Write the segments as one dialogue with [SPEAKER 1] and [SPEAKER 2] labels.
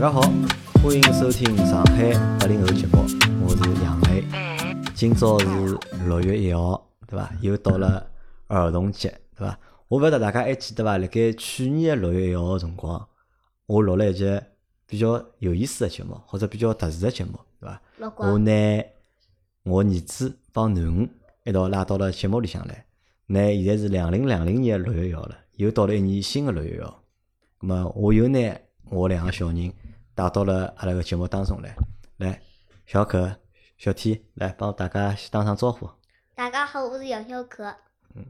[SPEAKER 1] 家好，欢迎收听上海八零后节目，我是杨磊。今朝是六月一号，对伐？又到了儿童节，对伐？我勿晓得大家还记得伐？辣盖去年的六月一号个辰光，我录了一集比较有意思的节目，或者比较特殊的节目，对伐？
[SPEAKER 2] 老光
[SPEAKER 1] 我拿我儿子帮囡恩一道拉到了节目里向来。那现在是两零两零年的六月一号了，又到了一年新的六月一号。那么我又拿我两个小人带到了阿拉个节目当中来。来，小可、小天，来帮大家先打声招呼。
[SPEAKER 2] 大家好，我是杨小可。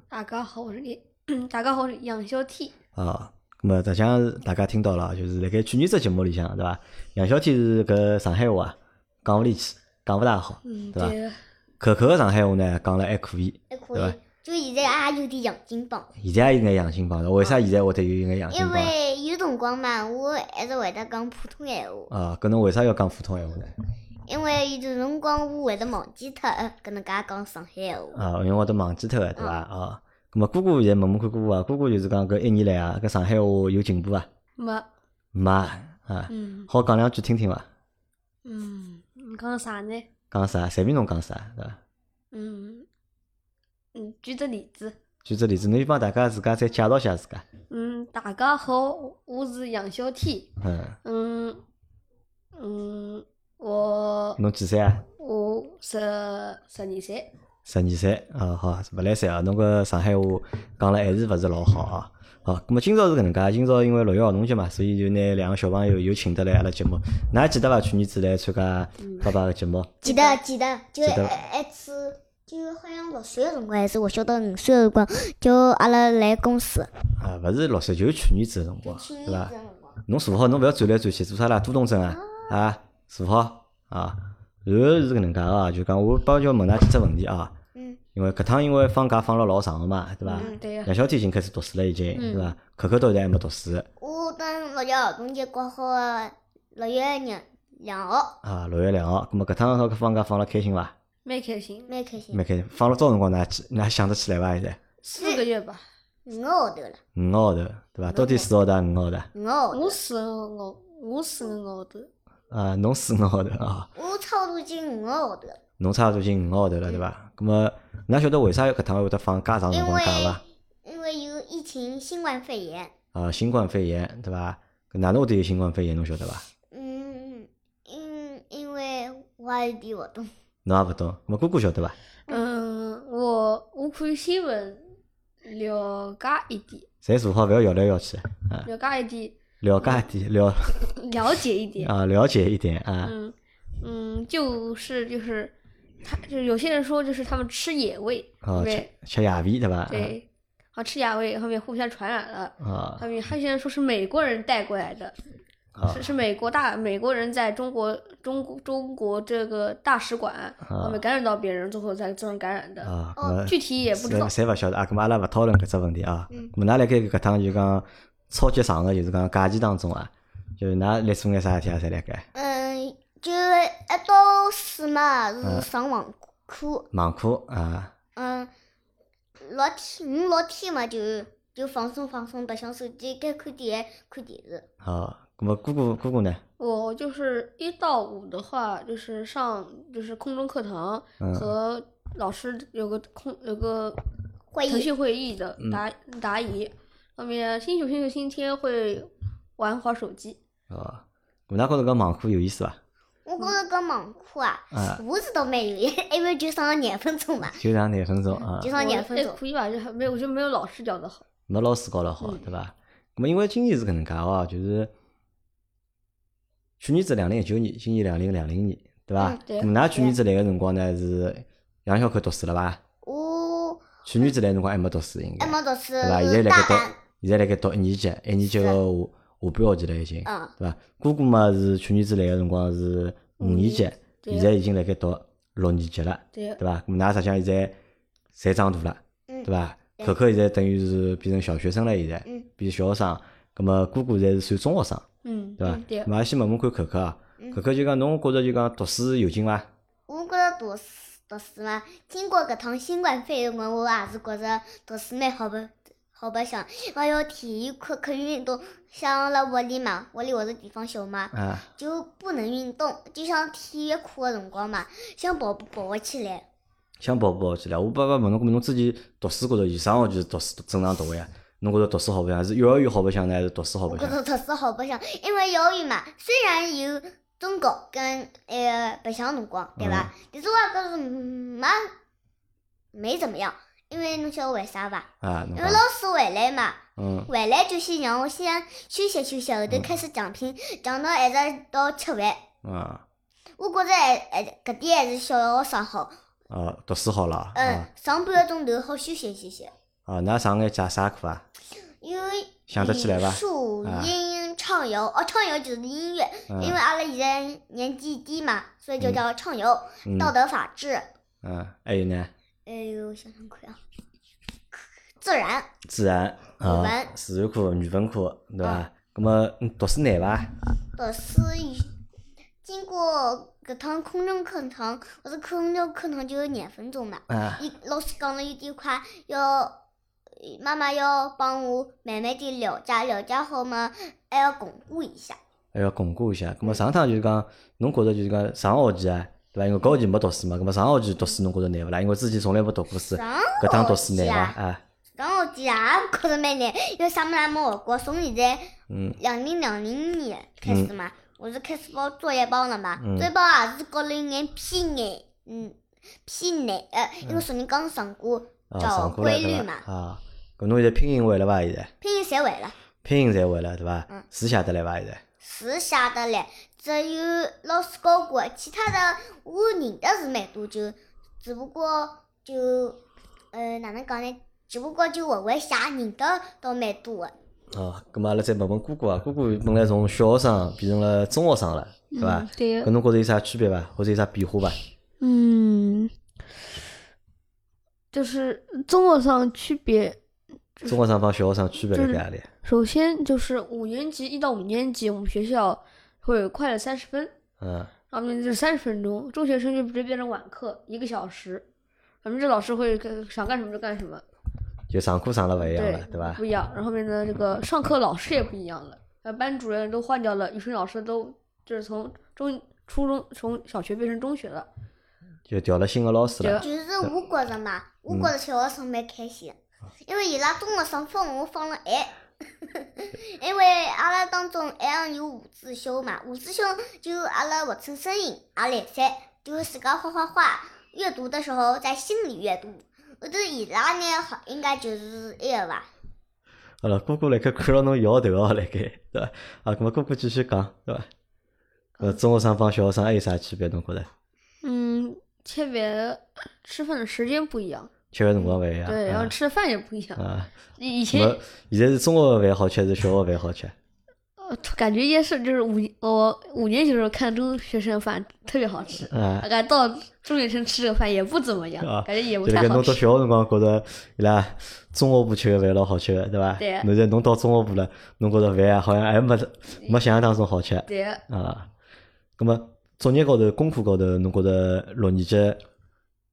[SPEAKER 3] 大家嗯好，我是 李，大家好，我是杨小天。
[SPEAKER 1] 啊，那么实际上是大家听到了啊，就是辣盖去年只节目里向，对伐？杨小天是搿上海话啊，讲勿利去，讲勿大好。
[SPEAKER 3] 嗯，
[SPEAKER 1] 对吧
[SPEAKER 3] 对，
[SPEAKER 1] 可可个上海话呢，讲了还可以。
[SPEAKER 2] 还可
[SPEAKER 1] 对
[SPEAKER 2] 以
[SPEAKER 1] 吧，
[SPEAKER 2] 就现在啊也有点洋金帮，
[SPEAKER 1] 现在也有眼洋泾浜了，为啥现在会得有一眼洋泾
[SPEAKER 2] 因
[SPEAKER 1] 浜？
[SPEAKER 2] 为有辰光嘛，我还是会得讲普通闲话，
[SPEAKER 1] 啊，搿侬为啥要讲普通闲话呢？
[SPEAKER 3] 嗯
[SPEAKER 2] 因为有辰光我会得忘记脱呃搿能介讲上海闲话。
[SPEAKER 1] 啊，因为我都忘记脱个，对伐？
[SPEAKER 2] 嗯
[SPEAKER 1] 啊，葛末姑姑现在问问看姑姑啊，姑姑就是讲搿一年来啊，搿上海话有进步伐？
[SPEAKER 3] 没，
[SPEAKER 1] 没啊，啊
[SPEAKER 3] 嗯
[SPEAKER 1] 好讲两句听听伐？
[SPEAKER 3] 嗯，你讲啥呢？
[SPEAKER 1] 讲啥？随便侬讲啥，对伐？
[SPEAKER 3] 嗯嗯，举个例子，
[SPEAKER 1] 举只例子，侬就帮大家自家再介绍一下自家。
[SPEAKER 3] 嗯，大家好，我是杨小天。
[SPEAKER 1] 嗯，
[SPEAKER 3] 嗯嗯，
[SPEAKER 2] 哦
[SPEAKER 3] 我
[SPEAKER 1] 侬几岁啊？
[SPEAKER 3] 我十十二岁。
[SPEAKER 1] 十二岁啊，好，勿来三啊，侬搿上海话讲了还是勿是老好啊。好，咁么今朝是搿能介，今朝因为六一儿童节嘛，所以就拿两个小朋友又请得来阿拉节目。㑚还记得伐？去年子来参加爸爸个节目，
[SPEAKER 2] 记得记得，就
[SPEAKER 1] 记得
[SPEAKER 2] 一次，就好像六岁个辰光还是我晓得五岁个辰光，叫阿拉来公司，
[SPEAKER 1] 啊，勿是六岁，就是去年子个辰
[SPEAKER 2] 就
[SPEAKER 1] 光，
[SPEAKER 2] 去年
[SPEAKER 1] 对伐
[SPEAKER 2] 子？个辰光。
[SPEAKER 1] 侬坐好，侬勿要转来转去，做啥啦？多动症啊啊，坐好啊。然后是搿能介啊，就讲我帮叫问㑚几只问题啊，
[SPEAKER 2] 嗯，
[SPEAKER 1] 因为搿趟因为放假放了老长个嘛，对伐？
[SPEAKER 3] 嗯，对呀
[SPEAKER 1] 杨。小天已经开始读书了，已经
[SPEAKER 3] 嗯
[SPEAKER 1] 对伐？可可到现在还没读书
[SPEAKER 2] 我等六一儿童节过好个六月廿两号，
[SPEAKER 1] 啊，六月两号，葛末搿趟搿放假放了开心伐？
[SPEAKER 3] 蛮开心，
[SPEAKER 2] 蛮开心
[SPEAKER 1] 蛮，开心。放了多少辰光㑚记㑚想得起来伐？现在
[SPEAKER 3] 四个月吧。
[SPEAKER 2] 五个号头了，
[SPEAKER 1] 五个号头对伐？到底四个号头还是五个号头啊
[SPEAKER 2] 五个号头。
[SPEAKER 3] 我四个我我四个号头。
[SPEAKER 1] 啊？侬四个号头啊？
[SPEAKER 2] 我差不多进五个号头了，
[SPEAKER 1] 侬差勿多已经五个号头了对伐？葛末㑚晓得为啥要搿趟会得放介长辰
[SPEAKER 2] 因
[SPEAKER 1] 光
[SPEAKER 2] 为
[SPEAKER 1] 假伐？
[SPEAKER 2] 因为有疫情新冠肺炎，
[SPEAKER 1] 啊，新冠肺炎对伐？搿哪能会得有新冠肺炎？侬晓得伐？
[SPEAKER 2] 嗯，因因为我也有点活动，
[SPEAKER 1] 侬也勿懂，咾姑姑晓得伐？
[SPEAKER 3] 嗯，我我看新闻了解一点，
[SPEAKER 1] 侪坐好，勿要摇来摇去啊！
[SPEAKER 3] 了解一点，
[SPEAKER 1] 了解一点，了
[SPEAKER 3] 了解一点。
[SPEAKER 1] 啊，了解一点啊
[SPEAKER 3] 嗯嗯，就是就是，他就有些人说就是他们吃野味，
[SPEAKER 1] 啊，吃
[SPEAKER 3] 对
[SPEAKER 1] 吃野味对伐？
[SPEAKER 3] 对，啊吃野味，后面互相传染了。
[SPEAKER 1] 啊
[SPEAKER 3] 他们还有些人说是美国人带过来的，
[SPEAKER 1] 啊
[SPEAKER 3] 是是美国大美国人在中国中国中国这个大使馆后面感染到别人，最后才造成感染的。
[SPEAKER 1] 啊！搿么
[SPEAKER 3] 具体也不知道
[SPEAKER 1] 侪。侪勿晓得啊！搿么阿拉勿讨论搿只问题啊。
[SPEAKER 2] 嗯
[SPEAKER 1] 搿么㑚辣盖搿趟就讲超级长个，就是讲假期当中啊，就是㑚来做眼啥事体啊？侪辣盖
[SPEAKER 2] 嗯，就一到四嘛
[SPEAKER 1] 嗯
[SPEAKER 2] 是上网课，
[SPEAKER 1] 网课啊
[SPEAKER 2] 嗯，六天五六天嘛就就放松放松，白相手机，该看电视看电视。
[SPEAKER 1] 啊！搿么姑姑姑姑呢？
[SPEAKER 3] 我就是一到五的话，就是上就是空中课堂
[SPEAKER 1] 嗯
[SPEAKER 3] 和老师有个空有个
[SPEAKER 2] 会议
[SPEAKER 3] 腾讯会议的
[SPEAKER 1] 嗯
[SPEAKER 3] 答答疑，后面星期五、星期六、星期天会玩会儿手机。
[SPEAKER 1] 啊，搿么㑚觉着搿网课有意思伐？
[SPEAKER 2] 我觉着搿网课啊
[SPEAKER 1] 啊，
[SPEAKER 2] 我是倒蛮有意，因为就上了廿分钟嘛，
[SPEAKER 1] 就上廿分钟啊
[SPEAKER 2] 就
[SPEAKER 3] 我哎
[SPEAKER 2] 上廿分
[SPEAKER 3] 也
[SPEAKER 2] 钟。
[SPEAKER 3] 可以吧，就还没有，我觉得没有老师教的好。
[SPEAKER 1] 没老师教了好，
[SPEAKER 3] 嗯
[SPEAKER 1] 对伐？咁么因为今年是搿能介哦，就是去年子两零一九年，今年两零两零年，对伐
[SPEAKER 2] 嗯？
[SPEAKER 3] 对
[SPEAKER 1] 咁么㑚去年子来个辰光呢是杨小可读书了伐？
[SPEAKER 2] 我
[SPEAKER 1] 去年子来个辰光还没读书应该
[SPEAKER 2] 还，没读书，
[SPEAKER 1] 对伐？现在辣盖
[SPEAKER 2] 呃大
[SPEAKER 1] 读
[SPEAKER 2] 班，，
[SPEAKER 1] 现在辣盖读一年级，一年级个下下半学期了已经，
[SPEAKER 2] 嗯。
[SPEAKER 1] 对伐？姑姑嘛是去年子来个辰光是五年级，
[SPEAKER 3] 对
[SPEAKER 1] 现在已经辣盖读六年级了。
[SPEAKER 3] 对，
[SPEAKER 1] 对伐？咁㑚实际上现在侪长大了，
[SPEAKER 2] 嗯
[SPEAKER 1] 对伐？
[SPEAKER 2] 对
[SPEAKER 1] 可可现在等于是变成小学生了，现在
[SPEAKER 2] 嗯
[SPEAKER 1] 变成小学生。咁么姑姑现在是算中学生，
[SPEAKER 3] 嗯，
[SPEAKER 1] 对伐
[SPEAKER 3] 嗯？对
[SPEAKER 1] 咁，啊，先问问看可可啊，
[SPEAKER 2] 嗯
[SPEAKER 1] 可可就讲侬觉着就讲读书有劲伐？
[SPEAKER 2] 我觉着读书读书嘛，经过搿趟新冠肺炎，我也是觉着读书蛮好办好白想，我有体育课可以运动，像来我里嘛，我里我的地方小嘛，
[SPEAKER 1] 啊，
[SPEAKER 2] 就不能运动，就像体育课的辰光嘛，想跑步跑不起来。
[SPEAKER 1] 想跑步跑起来。我爸爸问侬，么侬之前读书高头，伊啥辰光就是读书正常读个呀？侬觉着读书好白相，是幼儿园好白相呢，还是读书好
[SPEAKER 2] 我
[SPEAKER 1] 白
[SPEAKER 2] 觉
[SPEAKER 1] 相？
[SPEAKER 2] 着读书好白相，因为幼儿园嘛，虽然有中考跟呃白相辰光，对伐？但是我也觉着没没怎么样，因为侬晓得为啥伐？
[SPEAKER 1] 啊，侬
[SPEAKER 2] 因为
[SPEAKER 1] 讲
[SPEAKER 2] 老，师回来嘛，
[SPEAKER 1] 嗯，
[SPEAKER 2] 回来就先让我先休息休息，后头开始讲评，讲到一直到吃饭。
[SPEAKER 1] 啊，
[SPEAKER 2] 我觉着还还呃搿点还是小学生好，
[SPEAKER 1] 啊，读书好了啊，
[SPEAKER 2] 嗯，上半个钟头好休息休息。
[SPEAKER 1] 啊，㑚上眼借啥课啊？
[SPEAKER 2] 因为
[SPEAKER 1] 想得起来伐
[SPEAKER 2] 艺术
[SPEAKER 1] 啊
[SPEAKER 2] 音唱游哦，唱游就是音乐，
[SPEAKER 1] 嗯
[SPEAKER 2] 因为阿拉现在年纪低嘛，所以就叫唱游。
[SPEAKER 1] 嗯
[SPEAKER 2] 道德法治，
[SPEAKER 1] 嗯，还有呢，
[SPEAKER 2] 哎呦，想想看啊，自然
[SPEAKER 1] 自然
[SPEAKER 2] 语
[SPEAKER 1] 啊
[SPEAKER 2] 文，
[SPEAKER 1] 自然课、语文课，对伐？咁么，嗯读书难伐？
[SPEAKER 2] 老师经过搿趟空中课堂，我的空中课堂就有廿分钟嘛。
[SPEAKER 1] 啊，
[SPEAKER 2] 伊老师讲了有点快，要妈妈要帮我慢慢的了解，了解好嘛，还要巩固一下。
[SPEAKER 1] 还要巩固一下。咁么上趟就是讲，侬觉着就是讲上学期啊，对伐？因为高学期没读书嘛，咁么上学期读书侬觉着难勿啦？因为之前从来没读过书，
[SPEAKER 2] 上
[SPEAKER 1] 搿趟读书难
[SPEAKER 2] 学期啊
[SPEAKER 1] 伐？啊，
[SPEAKER 2] 上学期也觉着蛮难，因为啥么也没学过，从现在
[SPEAKER 1] 嗯
[SPEAKER 2] 两零两零年开始嘛，我是开始包作业帮了嘛，
[SPEAKER 1] 嗯
[SPEAKER 2] 作业帮也是搞了一眼偏眼，嗯，偏难，呃，因为昨天刚上过
[SPEAKER 1] 啊，
[SPEAKER 2] 找
[SPEAKER 1] 上过了
[SPEAKER 2] 规
[SPEAKER 1] 对
[SPEAKER 2] 律
[SPEAKER 1] 伐
[SPEAKER 2] 嘛，？
[SPEAKER 1] 嗯啊，咁侬现在拼音会了伐？现在
[SPEAKER 2] 拼音侪会了，
[SPEAKER 1] 拼音侪会了对伐
[SPEAKER 2] 嗯？
[SPEAKER 1] 字写得来伐？现在
[SPEAKER 2] 字写得来，只有老师教过，其他的我认得是蛮多，就只不过就，呃，哪能讲呢？只不过就会会写，认得倒蛮多的。
[SPEAKER 1] 啊，咁么阿拉再问问姑姑啊，姑姑本来从小学生变成了中学生了，对伐
[SPEAKER 3] 嗯？对
[SPEAKER 1] 搿侬觉着有啥区别伐？或者有啥变化伐？
[SPEAKER 3] 嗯，就是综合上区别，
[SPEAKER 1] 中学生帮小学生区别辣盖何里？
[SPEAKER 3] 首先就是五年级一到五年级，我们学校会有快乐三十分，
[SPEAKER 1] 嗯
[SPEAKER 3] 然后就是三十分钟；中学生就直接变成晚课，一个小时。我们这老师会跟想干什么就干什么，
[SPEAKER 1] 就上课上了勿一样
[SPEAKER 3] 对
[SPEAKER 1] 了，对伐
[SPEAKER 3] 不？一样。然后面呢，这个上课老师也不一样了，呃，班主任都换掉了，语文老师都就是从中初中从小学变成中学了。
[SPEAKER 1] 就调了新个老师了。
[SPEAKER 2] 就是我觉着嘛，我觉着小学生蛮开心的，因为伊拉中学生放学放了晚，因为阿拉当中还有午自修嘛，午自修就阿拉勿出声音也来塞，就是自家画画画，阅读的时候在心里阅读。后头伊拉呢，好应该就是埃个伐，
[SPEAKER 1] 好了，姑姑辣盖看牢侬摇头哦，辣盖对伐？啊，咁么姑姑继续讲，对伐？
[SPEAKER 2] 嗯
[SPEAKER 1] 呃，中学生帮小学生还有啥区别？侬觉着？
[SPEAKER 3] 嗯，切别吃饭的时间不一样，
[SPEAKER 1] 吃饭辰光勿一样。
[SPEAKER 3] 对，然后
[SPEAKER 1] 啊
[SPEAKER 3] 吃的饭也不一样。
[SPEAKER 1] 啊，
[SPEAKER 3] 以以前
[SPEAKER 1] 咁么现在是中学饭好吃还是小学饭好吃？
[SPEAKER 3] 呃感觉也是，就是五我五年级的时候看中学生饭特别好吃，
[SPEAKER 1] 啊
[SPEAKER 3] 大。概到中学生吃这个饭也不怎么样，
[SPEAKER 1] 啊
[SPEAKER 3] 感觉也不
[SPEAKER 1] 就辣
[SPEAKER 3] 太
[SPEAKER 1] 盖侬
[SPEAKER 3] 好
[SPEAKER 1] 读
[SPEAKER 3] 吃。
[SPEAKER 1] 小学辰光，觉着伊拉中学部吃个饭老好吃个，对伐？
[SPEAKER 3] 对
[SPEAKER 1] 侬现在侬到中学部了，侬觉着饭啊好像还没没想象当中好吃
[SPEAKER 3] 对，
[SPEAKER 1] 啊。咁么作业高头、功课高头，侬觉着六年级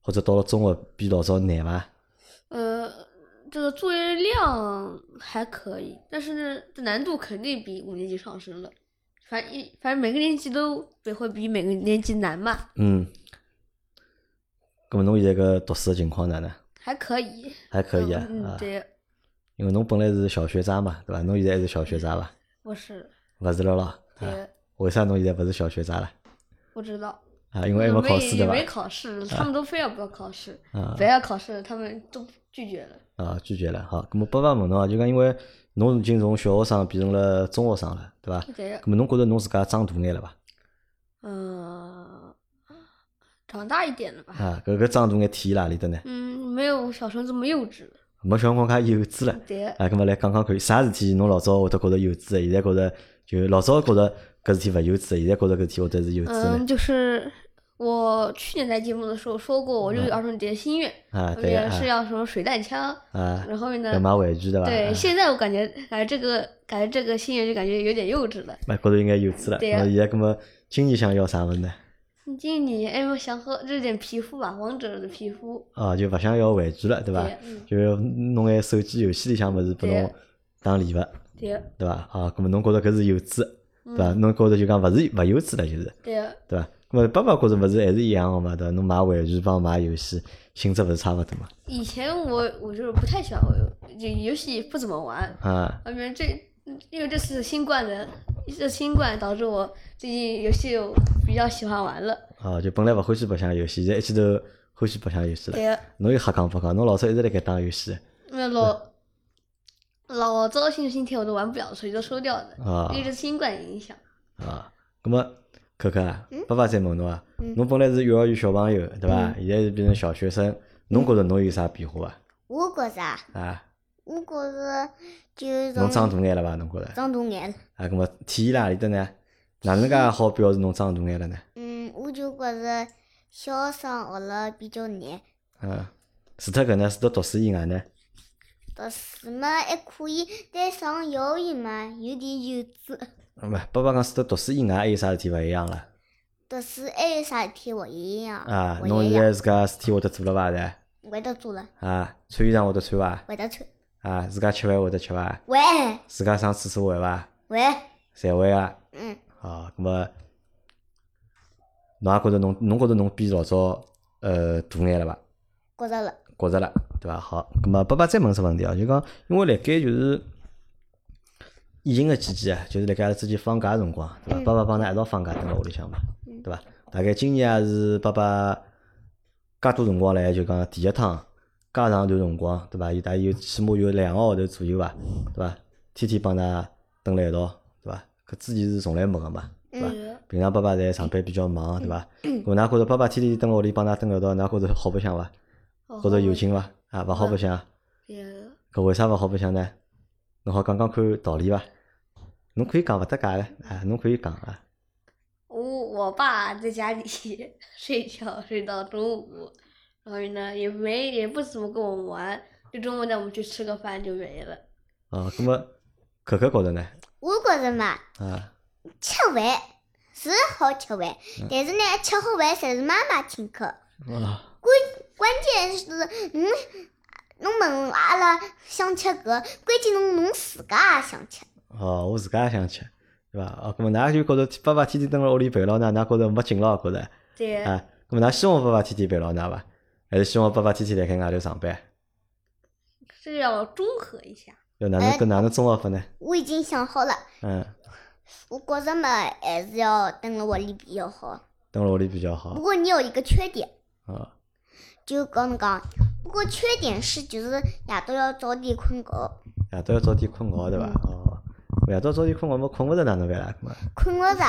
[SPEAKER 1] 或者到了中学比老早难伐？
[SPEAKER 3] 呃，这个作业量还可以，但是呢，这难度肯定比五年级上升了。反正一反正每个年级都比会比每个年级难嘛，
[SPEAKER 1] 嗯。咁么侬现在个读书个情况哪能？
[SPEAKER 3] 还可以。
[SPEAKER 1] 还可以啊，
[SPEAKER 3] 嗯嗯
[SPEAKER 1] 啊，
[SPEAKER 3] 对，
[SPEAKER 1] 因为侬本来是小学渣嘛，对伐？侬现在还是小学渣伐？
[SPEAKER 3] 我是
[SPEAKER 1] 勿是了咯？
[SPEAKER 3] 对。
[SPEAKER 1] 啊，为啥侬现在勿是小学渣了？
[SPEAKER 3] 不知道，
[SPEAKER 1] 啊，因为还没考试对
[SPEAKER 3] 也
[SPEAKER 1] 伐？
[SPEAKER 3] 没考试，他们都非要不要考试，
[SPEAKER 1] 啊
[SPEAKER 3] 不要考试，他们都拒绝了。
[SPEAKER 1] 啊，拒绝了哈。咁么爸爸问侬啊，就讲因为侬已经从小学生变成了中学生了，对伐？
[SPEAKER 3] 对，
[SPEAKER 1] 咁么侬觉着侬自家长大眼了伐？
[SPEAKER 3] 嗯，长大一点了吧？
[SPEAKER 1] 啊，搿个长大眼体现辣何里搭呢？
[SPEAKER 3] 嗯，没有小时候这么幼稚了。
[SPEAKER 1] 没小辰光介幼稚了。
[SPEAKER 3] 对，
[SPEAKER 1] 啊，咁么来讲讲看，啥事体侬老早会得觉着幼稚，现在觉着就老早觉着搿事体勿幼稚，现在觉着搿事体会得是幼稚
[SPEAKER 3] 嗯，
[SPEAKER 1] 呢？
[SPEAKER 3] 就是我去年在节目的时候说过，我六一儿童节心愿，
[SPEAKER 1] 嗯啊，
[SPEAKER 3] 后
[SPEAKER 1] 对
[SPEAKER 3] 面
[SPEAKER 1] 啊
[SPEAKER 3] 嗯是，要什么水弹枪，
[SPEAKER 1] 啊，
[SPEAKER 3] 然后面呢
[SPEAKER 1] 要，买玩具对伐？
[SPEAKER 3] 对，
[SPEAKER 1] 啊
[SPEAKER 3] 现在我感觉感觉这个感觉这个心愿就感觉有点幼稚了。
[SPEAKER 1] 那觉着应该幼稚了。
[SPEAKER 3] 对
[SPEAKER 1] 咁
[SPEAKER 3] 啊
[SPEAKER 1] 么现在咁么今年想要啥物事呢？
[SPEAKER 3] 你今年哎我想喝这点皮肤吧，王者的皮肤，
[SPEAKER 1] 啊，就勿想要玩具了，对伐
[SPEAKER 3] 对？嗯
[SPEAKER 1] 就是弄眼手机游戏里向物事拨侬
[SPEAKER 3] 对
[SPEAKER 1] 当礼物，
[SPEAKER 3] 对
[SPEAKER 1] 对伐？啊，咁么侬觉着搿是幼稚，对啊伐？
[SPEAKER 3] 嗯
[SPEAKER 1] 侬觉着就讲勿是勿幼稚了，就是
[SPEAKER 3] 对，
[SPEAKER 1] 对伐？咁么爸爸觉着物事还是一样个嘛，对伐？侬买玩具帮买游戏性质勿是差勿多嘛？
[SPEAKER 3] 以前我我就是不太喜欢玩游就游戏，不怎么玩。
[SPEAKER 1] 啊，
[SPEAKER 3] 后面呃这嗯因为这次新冠的，这新冠导致我最近游戏我比较喜欢玩了。
[SPEAKER 1] 哦，就本来勿欢喜白相游戏，现在一记头欢喜白相游戏了。
[SPEAKER 3] 对，
[SPEAKER 1] 侬又瞎讲八讲，侬老早一直辣盖打游戏
[SPEAKER 3] 那老老糟心的星期我都玩不了，所以都收掉的，
[SPEAKER 1] 啊
[SPEAKER 3] 因为这新冠影响。
[SPEAKER 1] 啊！咁么，可可啊，爸爸再问侬啊，
[SPEAKER 2] 嗯
[SPEAKER 1] 侬本来是幼儿园小朋友，对伐？
[SPEAKER 3] 嗯
[SPEAKER 1] 现在是变成小学生，侬觉着侬有啥变化伐？
[SPEAKER 2] 我觉着啊，
[SPEAKER 1] 啊，
[SPEAKER 2] 我觉着就是
[SPEAKER 3] 嗯
[SPEAKER 1] 侬长
[SPEAKER 2] 长
[SPEAKER 1] 大眼了伐？侬觉着？
[SPEAKER 2] 大眼了。
[SPEAKER 1] 啊，咁么体现辣何里搭呢？哪能介好表示侬长大眼了呢？
[SPEAKER 2] 嗯，我就觉着小学生学了比较难，
[SPEAKER 1] 啊，除脱搿呢，除脱读书以外呢，
[SPEAKER 2] 读书嘛还可以，但上幼儿园嘛有点幼稚。
[SPEAKER 1] 嗯勿，爸爸讲除脱读书以外还有啥事体勿一样了？
[SPEAKER 2] 读书还有哎啥事体勿一样？
[SPEAKER 1] 啊，
[SPEAKER 2] 勿
[SPEAKER 1] 侬
[SPEAKER 2] 一
[SPEAKER 1] 现
[SPEAKER 2] 样，
[SPEAKER 1] 在自家事体会得做了伐？现在
[SPEAKER 2] 会得做了，
[SPEAKER 1] 啊，穿衣裳会得穿伐？
[SPEAKER 2] 会得穿，
[SPEAKER 1] 啊，自家吃饭会得吃伐？
[SPEAKER 2] 会
[SPEAKER 1] 自家上厕所会伐？
[SPEAKER 2] 会，
[SPEAKER 1] 侪会啊。
[SPEAKER 2] 嗯，
[SPEAKER 1] 啊，咁么，侬也觉着侬，侬觉着侬比老早呃大眼了伐？
[SPEAKER 2] 觉着了。
[SPEAKER 1] 觉着了，对伐？好，咁么爸爸再问只问题哦，就讲因为辣盖就是疫情个期间啊，就是辣盖阿拉之前放假个辰光，对伐？爸爸帮㑚一道放假蹲辣屋里向嘛，对伐？大概今年也是爸爸介多辰光来，就讲第一趟介长一段辰光，对伐？有大概有起码有两个号头左右伐，对伐？天天帮㑚蹲辣一道，对伐？搿之前是从来没个嘛，对伐？
[SPEAKER 3] 嗯
[SPEAKER 1] 平常爸爸在上班比较忙，对伐？咾㑚觉着爸爸天天蹲辣屋里帮㑚蹲辣一道，㑚觉着好白相伐？或者友情伐？啊，勿好白相。
[SPEAKER 3] 也
[SPEAKER 1] 搿为啥勿好白相呢？侬好讲讲看道理伐？侬可以讲勿搭界个，啊，侬可以讲啊。
[SPEAKER 3] 我我爸在家里 睡觉睡到中午，然后呢也没也不怎么跟我们玩，就中午带我们去吃个饭就没了。
[SPEAKER 1] 啊，葛么可可觉着呢？
[SPEAKER 2] 我觉着嘛，
[SPEAKER 1] 啊，
[SPEAKER 2] 吃饭是好吃饭，
[SPEAKER 1] 嗯
[SPEAKER 2] 但是呢，吃好饭侪是妈妈请客。
[SPEAKER 1] 啊，
[SPEAKER 2] 关键是，嗯，侬问阿拉想吃搿，关键侬侬自家也想吃。
[SPEAKER 1] 哦，我自家也想吃，对伐？哦，葛么㑚就觉着爸爸天天蹲辣屋里陪牢㑚，㑚觉着没劲咯？觉着
[SPEAKER 3] 对，
[SPEAKER 1] 啊，葛么㑚希望爸爸天天陪牢㑚伐？还是希望爸爸天天辣盖外头上班？
[SPEAKER 3] 这要中和一下。
[SPEAKER 1] 要哪能搿哪能综合法呢？
[SPEAKER 2] 我已经想好了，
[SPEAKER 1] 嗯，
[SPEAKER 2] 我觉着嘛，还是要蹲辣屋里比较好。
[SPEAKER 1] 蹲辣屋里比较
[SPEAKER 2] 不
[SPEAKER 1] 好。
[SPEAKER 2] 过你有一个缺点，
[SPEAKER 1] 啊
[SPEAKER 2] 就跟侬讲，不过缺点是就是夜到要早点困觉，
[SPEAKER 1] 夜到要早点困觉，对伐？哦，夜到早点困觉，没困勿着哪能办啦？葛么
[SPEAKER 2] 困勿着，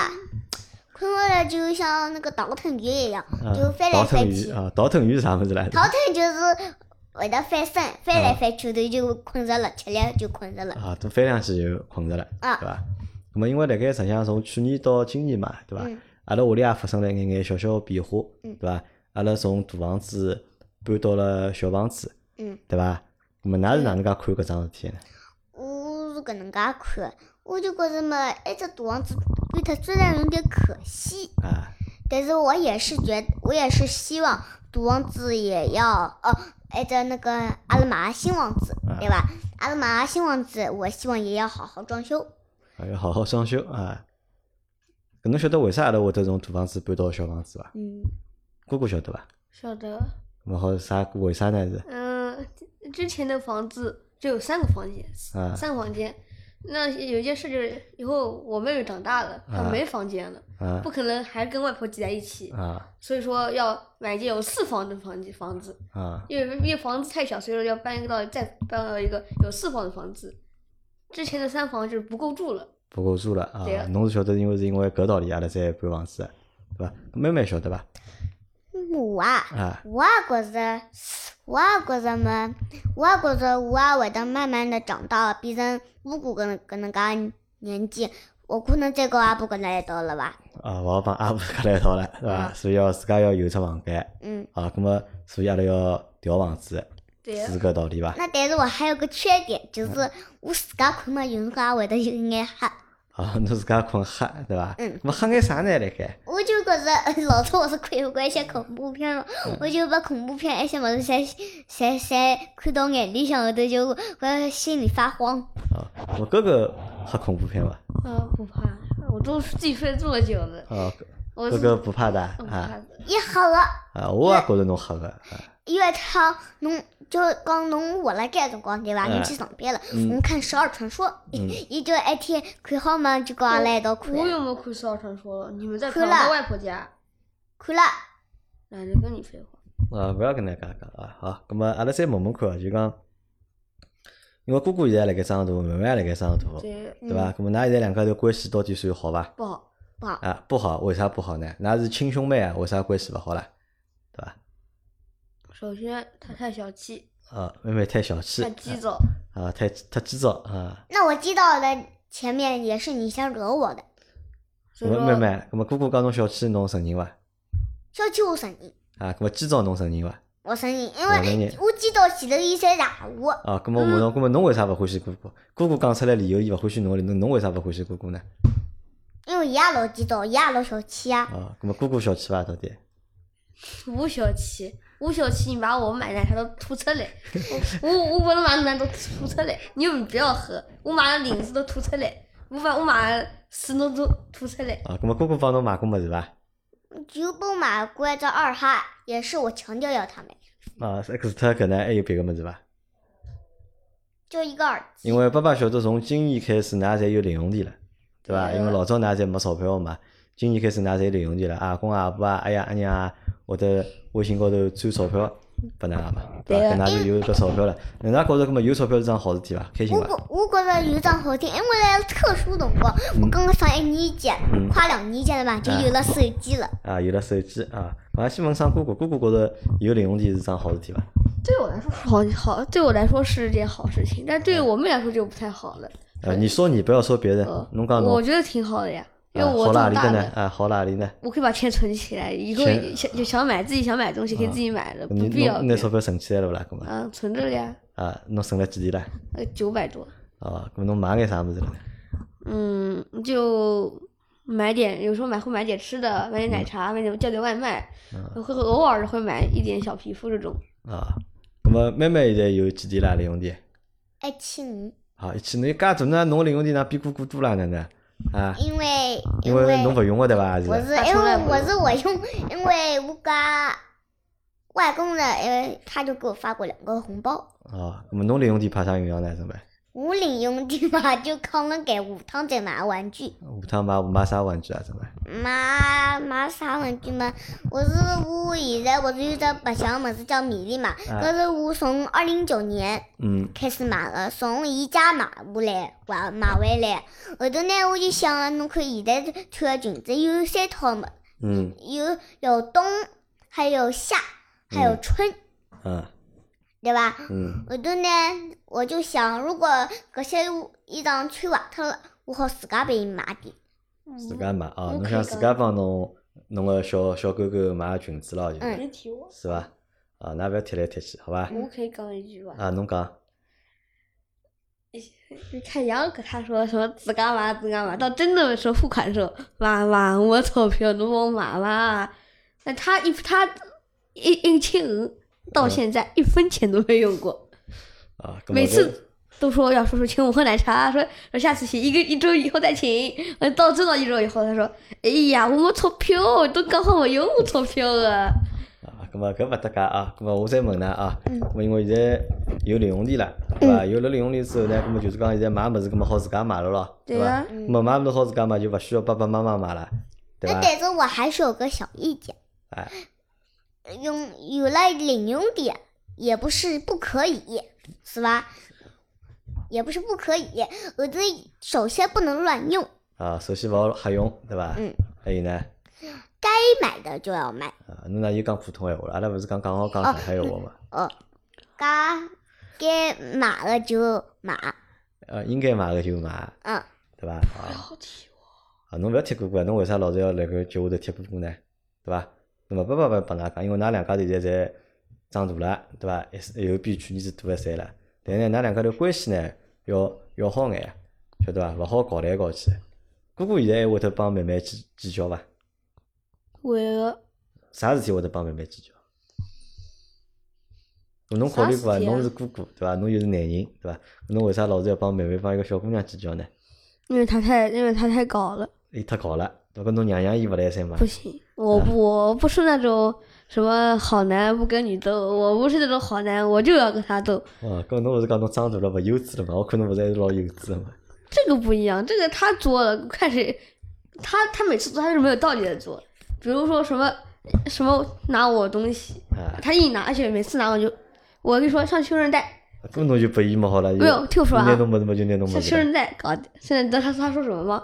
[SPEAKER 2] 困勿着就像那个倒腾鱼一样，
[SPEAKER 1] 啊
[SPEAKER 2] 就翻来
[SPEAKER 1] 倒腾
[SPEAKER 2] 翻
[SPEAKER 1] 鱼
[SPEAKER 2] 去。
[SPEAKER 1] 啊，倒腾鱼是啥物事来着
[SPEAKER 2] 倒？腾就是会得翻身，翻来翻去头就困着了，吃力就困着了。
[SPEAKER 1] 啊，都翻两去就困着了，
[SPEAKER 2] 啊
[SPEAKER 1] 对伐？那么因为辣盖实际上从去年到今年嘛，对伐
[SPEAKER 2] 嗯？
[SPEAKER 1] 阿拉屋里也发生了一眼眼小小的变化，对
[SPEAKER 2] 嗯
[SPEAKER 1] 伐？阿拉从大房子搬到了小房子，
[SPEAKER 2] 嗯，
[SPEAKER 1] 对伐？那么㑚是哪能介看搿桩事体呢？
[SPEAKER 2] 我是搿能介看，我就觉着嘛，一只大房子搬脱虽然有点可惜，
[SPEAKER 1] 啊，
[SPEAKER 2] 但是我也是觉，我也是希望大房子也要哦，一只那个阿拉玛新房子，对吧？阿拉玛新房子，我希望也要好好装修。
[SPEAKER 1] 还哎要好好装修啊。搿侬晓得为啥阿拉会得从大房子搬到小房子伐？
[SPEAKER 3] 嗯，
[SPEAKER 1] 哥哥晓得伐？
[SPEAKER 3] 晓得。
[SPEAKER 1] 咾好啥？为啥呢？是
[SPEAKER 3] 嗯，之前的房子只有三个房间，
[SPEAKER 1] 啊
[SPEAKER 3] 三个房间。那有一件事就是，以后我妹妹长大了，她
[SPEAKER 1] 啊
[SPEAKER 3] 没房间了，
[SPEAKER 1] 啊
[SPEAKER 3] 不可能还跟外婆挤在一起，
[SPEAKER 1] 啊
[SPEAKER 3] 所以说要买一间有四房的房间房子，
[SPEAKER 1] 啊
[SPEAKER 3] 因为因为房子太小，所以说要搬一个到再搬到一个有四房的房子。之前的三房就是不够住了，
[SPEAKER 1] 不够住了啊
[SPEAKER 3] 对！
[SPEAKER 1] 侬是晓得，因为是因为搿道理，啊阿拉才搬房子的，对伐？妹妹晓得伐？
[SPEAKER 2] 我啊，
[SPEAKER 1] 啊。
[SPEAKER 2] 我也觉着，我也觉着嘛，我也觉着啊我也会得慢慢的长大，变成我哥搿能搿能介年纪，我可能再跟啊阿婆搿能一道了吧？
[SPEAKER 1] 啊，勿好帮阿婆搿来一道了，对伐？
[SPEAKER 3] 啊
[SPEAKER 1] 所以要自家要有只房间
[SPEAKER 2] 嗯，
[SPEAKER 1] 啊，葛么所以阿拉要调房子，
[SPEAKER 3] 对，
[SPEAKER 1] 是搿道理伐？
[SPEAKER 2] 啊那但是我还有个缺点，就是我自家困嘛，有辰光也会得有眼黑。
[SPEAKER 1] 好了，啊 侬自家困黑，对伐？
[SPEAKER 2] 嗯。
[SPEAKER 1] 么黑眼啥呢？辣盖？
[SPEAKER 2] 我就觉着 老早我是看过一些恐怖片了，
[SPEAKER 1] 嗯
[SPEAKER 2] 我就把恐怖片一些物事侪侪侪看到眼里向后头就我心里发慌。
[SPEAKER 1] 啊，我哥哥黑恐怖片伐？
[SPEAKER 3] 啊，不怕，我都自己睡这么久了，
[SPEAKER 1] 啊，
[SPEAKER 3] 我
[SPEAKER 1] 哥
[SPEAKER 3] 是嗯
[SPEAKER 1] 哥不怕的
[SPEAKER 3] 不
[SPEAKER 1] 啊
[SPEAKER 3] 怕的。
[SPEAKER 2] 一吓了，
[SPEAKER 1] 啊！我也觉着侬黑个啊，
[SPEAKER 2] 越趟侬就讲侬活辣盖辰光对伐？
[SPEAKER 1] 哎
[SPEAKER 2] 侬去上班了，
[SPEAKER 1] 嗯
[SPEAKER 2] 我们看《十二传说》
[SPEAKER 1] 嗯
[SPEAKER 2] 伊就一天看好嘛，就跟阿拉一道看，
[SPEAKER 3] 我有没有看《少传说》？你们在
[SPEAKER 2] 看
[SPEAKER 3] 看我
[SPEAKER 2] 了
[SPEAKER 3] 在外婆家，
[SPEAKER 2] 看了。
[SPEAKER 3] 懒得跟你废话。
[SPEAKER 1] 啊，勿要跟人家讲啊。好，咁么阿拉再问问看啊，就讲，因为哥哥现在辣盖长大，妹妹也辣盖长大，
[SPEAKER 3] 对，
[SPEAKER 1] 对伐？咁么㑚现在两家头关系到底算好伐？
[SPEAKER 3] 不好，
[SPEAKER 1] 啊，不好，为啥不好呢？㑚是亲兄妹啊，为啥关系勿好啦？对伐？
[SPEAKER 3] 首先他太小气，
[SPEAKER 1] 啊，妹妹太小气
[SPEAKER 3] 太，急躁，
[SPEAKER 1] 啊，太太急躁啊。
[SPEAKER 2] 那我知道的前面也是你先惹我的，
[SPEAKER 3] 所
[SPEAKER 1] 咁
[SPEAKER 3] 以
[SPEAKER 1] 么
[SPEAKER 3] 说
[SPEAKER 1] 妹妹，咁么哥哥讲侬小气，侬承认伐？
[SPEAKER 2] 小气我承认，
[SPEAKER 1] 啊，咁么急躁侬承认伐？
[SPEAKER 2] 我承认，因
[SPEAKER 1] 我承认
[SPEAKER 2] 为我知道前头伊在打我，
[SPEAKER 1] 啊，咁么
[SPEAKER 3] 嗯
[SPEAKER 1] 我问侬，咁么侬为啥勿欢喜哥哥？哥哥讲出来理由，伊勿欢喜侬，侬侬为啥勿欢喜哥哥呢？
[SPEAKER 2] 因为伊也老知道，伊也老小气啊。
[SPEAKER 1] 啊，咁么哥哥小气伐？到底？
[SPEAKER 3] 吴小七，吴小七，你把我买奶茶都吐出来，我我我把马奶都吐出来，你们不要喝，我把领子都吐出来，我把我把屎都都吐出来。
[SPEAKER 1] 啊，咁么哥哥帮侬买过物事伐？
[SPEAKER 2] 就不买过这二哈，也是我强调要他买，
[SPEAKER 1] 啊，是除脱搿呢，还有别个物事伐？
[SPEAKER 2] 就一个耳机。
[SPEAKER 1] 因为爸爸晓得从今年开始，㑚侪有零用钿了，对伐？
[SPEAKER 3] 对
[SPEAKER 1] 因为老早㑚侪没钞票嘛，今年开始㑚侪有零用钿了，阿公阿婆啊，阿爷阿娘啊，会得微信高头转钞票拨㑚嘛，对伐？
[SPEAKER 3] 对
[SPEAKER 1] 搿
[SPEAKER 3] 啊
[SPEAKER 1] 㑚就有搿钞票了。那㑚觉着搿么有钞票是桩好事体伐？开心
[SPEAKER 2] 我
[SPEAKER 1] 伐？
[SPEAKER 2] 觉我觉着有桩好听，因为在特殊辰光，我刚刚上一年级，快两年级了吧，就有了手机了。
[SPEAKER 1] 啊，有了手机啊，我先问声哥哥，哥哥觉着有零用钿是桩好事体伐？啊
[SPEAKER 3] 对我来说是好好，对我来说是件好事情，但对我妹来说就不太好了。
[SPEAKER 1] 啊，你说你不要说别人
[SPEAKER 3] 呃，，
[SPEAKER 1] 侬讲
[SPEAKER 3] 我
[SPEAKER 1] 侬
[SPEAKER 3] 觉得挺好的呀，因
[SPEAKER 1] 啊
[SPEAKER 3] 为我
[SPEAKER 1] 好
[SPEAKER 3] 这
[SPEAKER 1] 哪
[SPEAKER 3] 么
[SPEAKER 1] 里
[SPEAKER 3] 大
[SPEAKER 1] 的呢
[SPEAKER 3] 了，？
[SPEAKER 1] 啊，好哪里呢？
[SPEAKER 3] 我可以把钱存起来，以后
[SPEAKER 1] 钱啊
[SPEAKER 3] 想想想买自己想买东西可以自己买了，
[SPEAKER 1] 你
[SPEAKER 3] 不必要
[SPEAKER 1] 侬。拿钞票存起来了勿啦？搿么
[SPEAKER 3] 嗯，存着了呀，
[SPEAKER 1] 啊，侬存了几钿啦？
[SPEAKER 3] 呃，九百多。
[SPEAKER 1] 哦，搿么侬买眼啥物事了呢？
[SPEAKER 3] 嗯，就买点，有时候买会买点吃的，买点奶茶，买点叫点外卖，会会偶尔会买一点小皮肤这种。
[SPEAKER 1] 啊，那么妹妹现在有几钿啦零用钿？
[SPEAKER 2] 一七年，
[SPEAKER 1] 好，一千，侬介大呢，侬零用钿哪比哥哥多啦哪能？啊，
[SPEAKER 2] 因为
[SPEAKER 1] 因
[SPEAKER 2] 为
[SPEAKER 1] 为侬勿用个对伐？
[SPEAKER 2] 我
[SPEAKER 1] 是
[SPEAKER 2] 是
[SPEAKER 3] 他
[SPEAKER 2] 因
[SPEAKER 3] 从
[SPEAKER 2] 为
[SPEAKER 3] 来不
[SPEAKER 2] 我是我用，因为我家外公呢，呃，他就给我发过两个红包。
[SPEAKER 1] 哦，那么侬零用钿派啥用场呢？准备
[SPEAKER 2] 我零用钿嘛，就扛了给五趟再买玩具。
[SPEAKER 1] 下趟买买啥玩具啊？准备
[SPEAKER 2] 买买啥玩具嘛？我是我现在我是有只白相物事叫米粒嘛，
[SPEAKER 1] 哎
[SPEAKER 2] 搿是我从二零一九年
[SPEAKER 1] 嗯
[SPEAKER 2] 开始买的，从伊家买下来玩买回来。后头呢，我就想了，侬看现在穿的裙子有三套嘛，
[SPEAKER 1] 嗯
[SPEAKER 2] 有有冬，还有夏，还有春，
[SPEAKER 1] 嗯
[SPEAKER 2] 对吧？
[SPEAKER 1] 嗯
[SPEAKER 2] 后头呢，我就想，如果搿些衣裳穿坏脱了，我好自家拨伊买点。
[SPEAKER 1] 自家买啊，
[SPEAKER 3] 我
[SPEAKER 1] 侬
[SPEAKER 3] 可以
[SPEAKER 1] 想
[SPEAKER 3] 讲
[SPEAKER 1] 自家帮侬侬个小小狗狗买裙子咯，就
[SPEAKER 2] 嗯
[SPEAKER 1] 是
[SPEAKER 3] 别提我，
[SPEAKER 1] 是伐？啊，㑚勿要踢来踢去，好伐？
[SPEAKER 3] 我可以讲一句吧。
[SPEAKER 1] 啊，侬讲
[SPEAKER 3] 你看杨跟他说什么自家买自家买，到真的时候付款的时候，妈妈我钞票侬帮我买嘛，那他一他一一千五到现在一分钱都没用过，
[SPEAKER 1] 啊，那么
[SPEAKER 3] 每
[SPEAKER 1] 搿
[SPEAKER 3] 次都说要叔叔请我喝奶茶， 说说下次请一个一周以后再请，呃，到真到一周以后，他说，哎呀，我没钞票，都刚好我有我钞票啊，
[SPEAKER 1] 啊，咁么搿勿搭界啊，咁么我再问㑚啊，咁么因为现在有零用钿了，对伐？有了零用钿之后呢，咁么就是讲现在买物事，咁么好自家买了咯，
[SPEAKER 3] 对啊
[SPEAKER 1] 伐？
[SPEAKER 3] 呀
[SPEAKER 1] 咁么啊买物事好自家买，就勿需要爸爸妈妈买了，对伐
[SPEAKER 2] 那？但是我还是有个小意见。
[SPEAKER 1] 哎，
[SPEAKER 2] 用有了零用钿也不是不可以，是吧？也不是不可以，我这首先不能乱用，
[SPEAKER 1] 啊，首先勿好瞎用，对伐？
[SPEAKER 2] 嗯。
[SPEAKER 1] 还有呢，
[SPEAKER 2] 该买的就要买。
[SPEAKER 1] 啊，侬哪有讲普通闲话了？阿拉勿是讲讲好讲上海闲话嘛？
[SPEAKER 2] 哦，该该买的就买，
[SPEAKER 1] 呃，应该买个就买，
[SPEAKER 2] 嗯，
[SPEAKER 1] 对伐？啊，
[SPEAKER 3] 哦
[SPEAKER 1] 啊，侬勿要贴哥哥，侬为啥老是要辣搿节话头贴哥哥呢？对伐？那么爸爸勿帮㑚讲，因为㑚两家头现在侪长大了，对伐？一是有比去年子大一岁了，但呢，㑚两家头关系呢要要好眼，晓得伐？勿好搞来搞去，哥哥现在还会得帮妹妹计计较伐？
[SPEAKER 3] 会个，
[SPEAKER 1] 啥事体会得帮妹妹计较？侬考虑过伐？
[SPEAKER 3] 啥事体啊
[SPEAKER 1] 侬是哥哥对伐？侬又是男人对伐？侬为啥老是要帮妹妹帮一个小姑娘计较呢？
[SPEAKER 3] 因为他太因为他太高了，
[SPEAKER 1] 伊太搞了，对伐？搿侬娘娘伊勿来三嘛
[SPEAKER 3] 不？行，我不我不是那种什么好男不跟你斗，我不是那种好男，我就要跟他斗，
[SPEAKER 1] 哦，搿侬勿是讲侬长大了勿幼稚了嘛？我看侬勿是还是老幼稚了嘛？
[SPEAKER 3] 这个不一样，这个他作了，看谁，他他每次做他是没有道理的做，比如说什么什么拿我东西，
[SPEAKER 1] 啊，
[SPEAKER 3] 他一拿，而且每次拿我就，我跟你说上修正带，
[SPEAKER 1] 搿侬就拨伊嘛好了。
[SPEAKER 3] 没有听我说啊
[SPEAKER 1] 拿侬物事嘛就拿侬物
[SPEAKER 3] 像
[SPEAKER 1] 事
[SPEAKER 3] 修
[SPEAKER 1] 了。
[SPEAKER 3] 正带搞的。现在你知道他他说什么吗？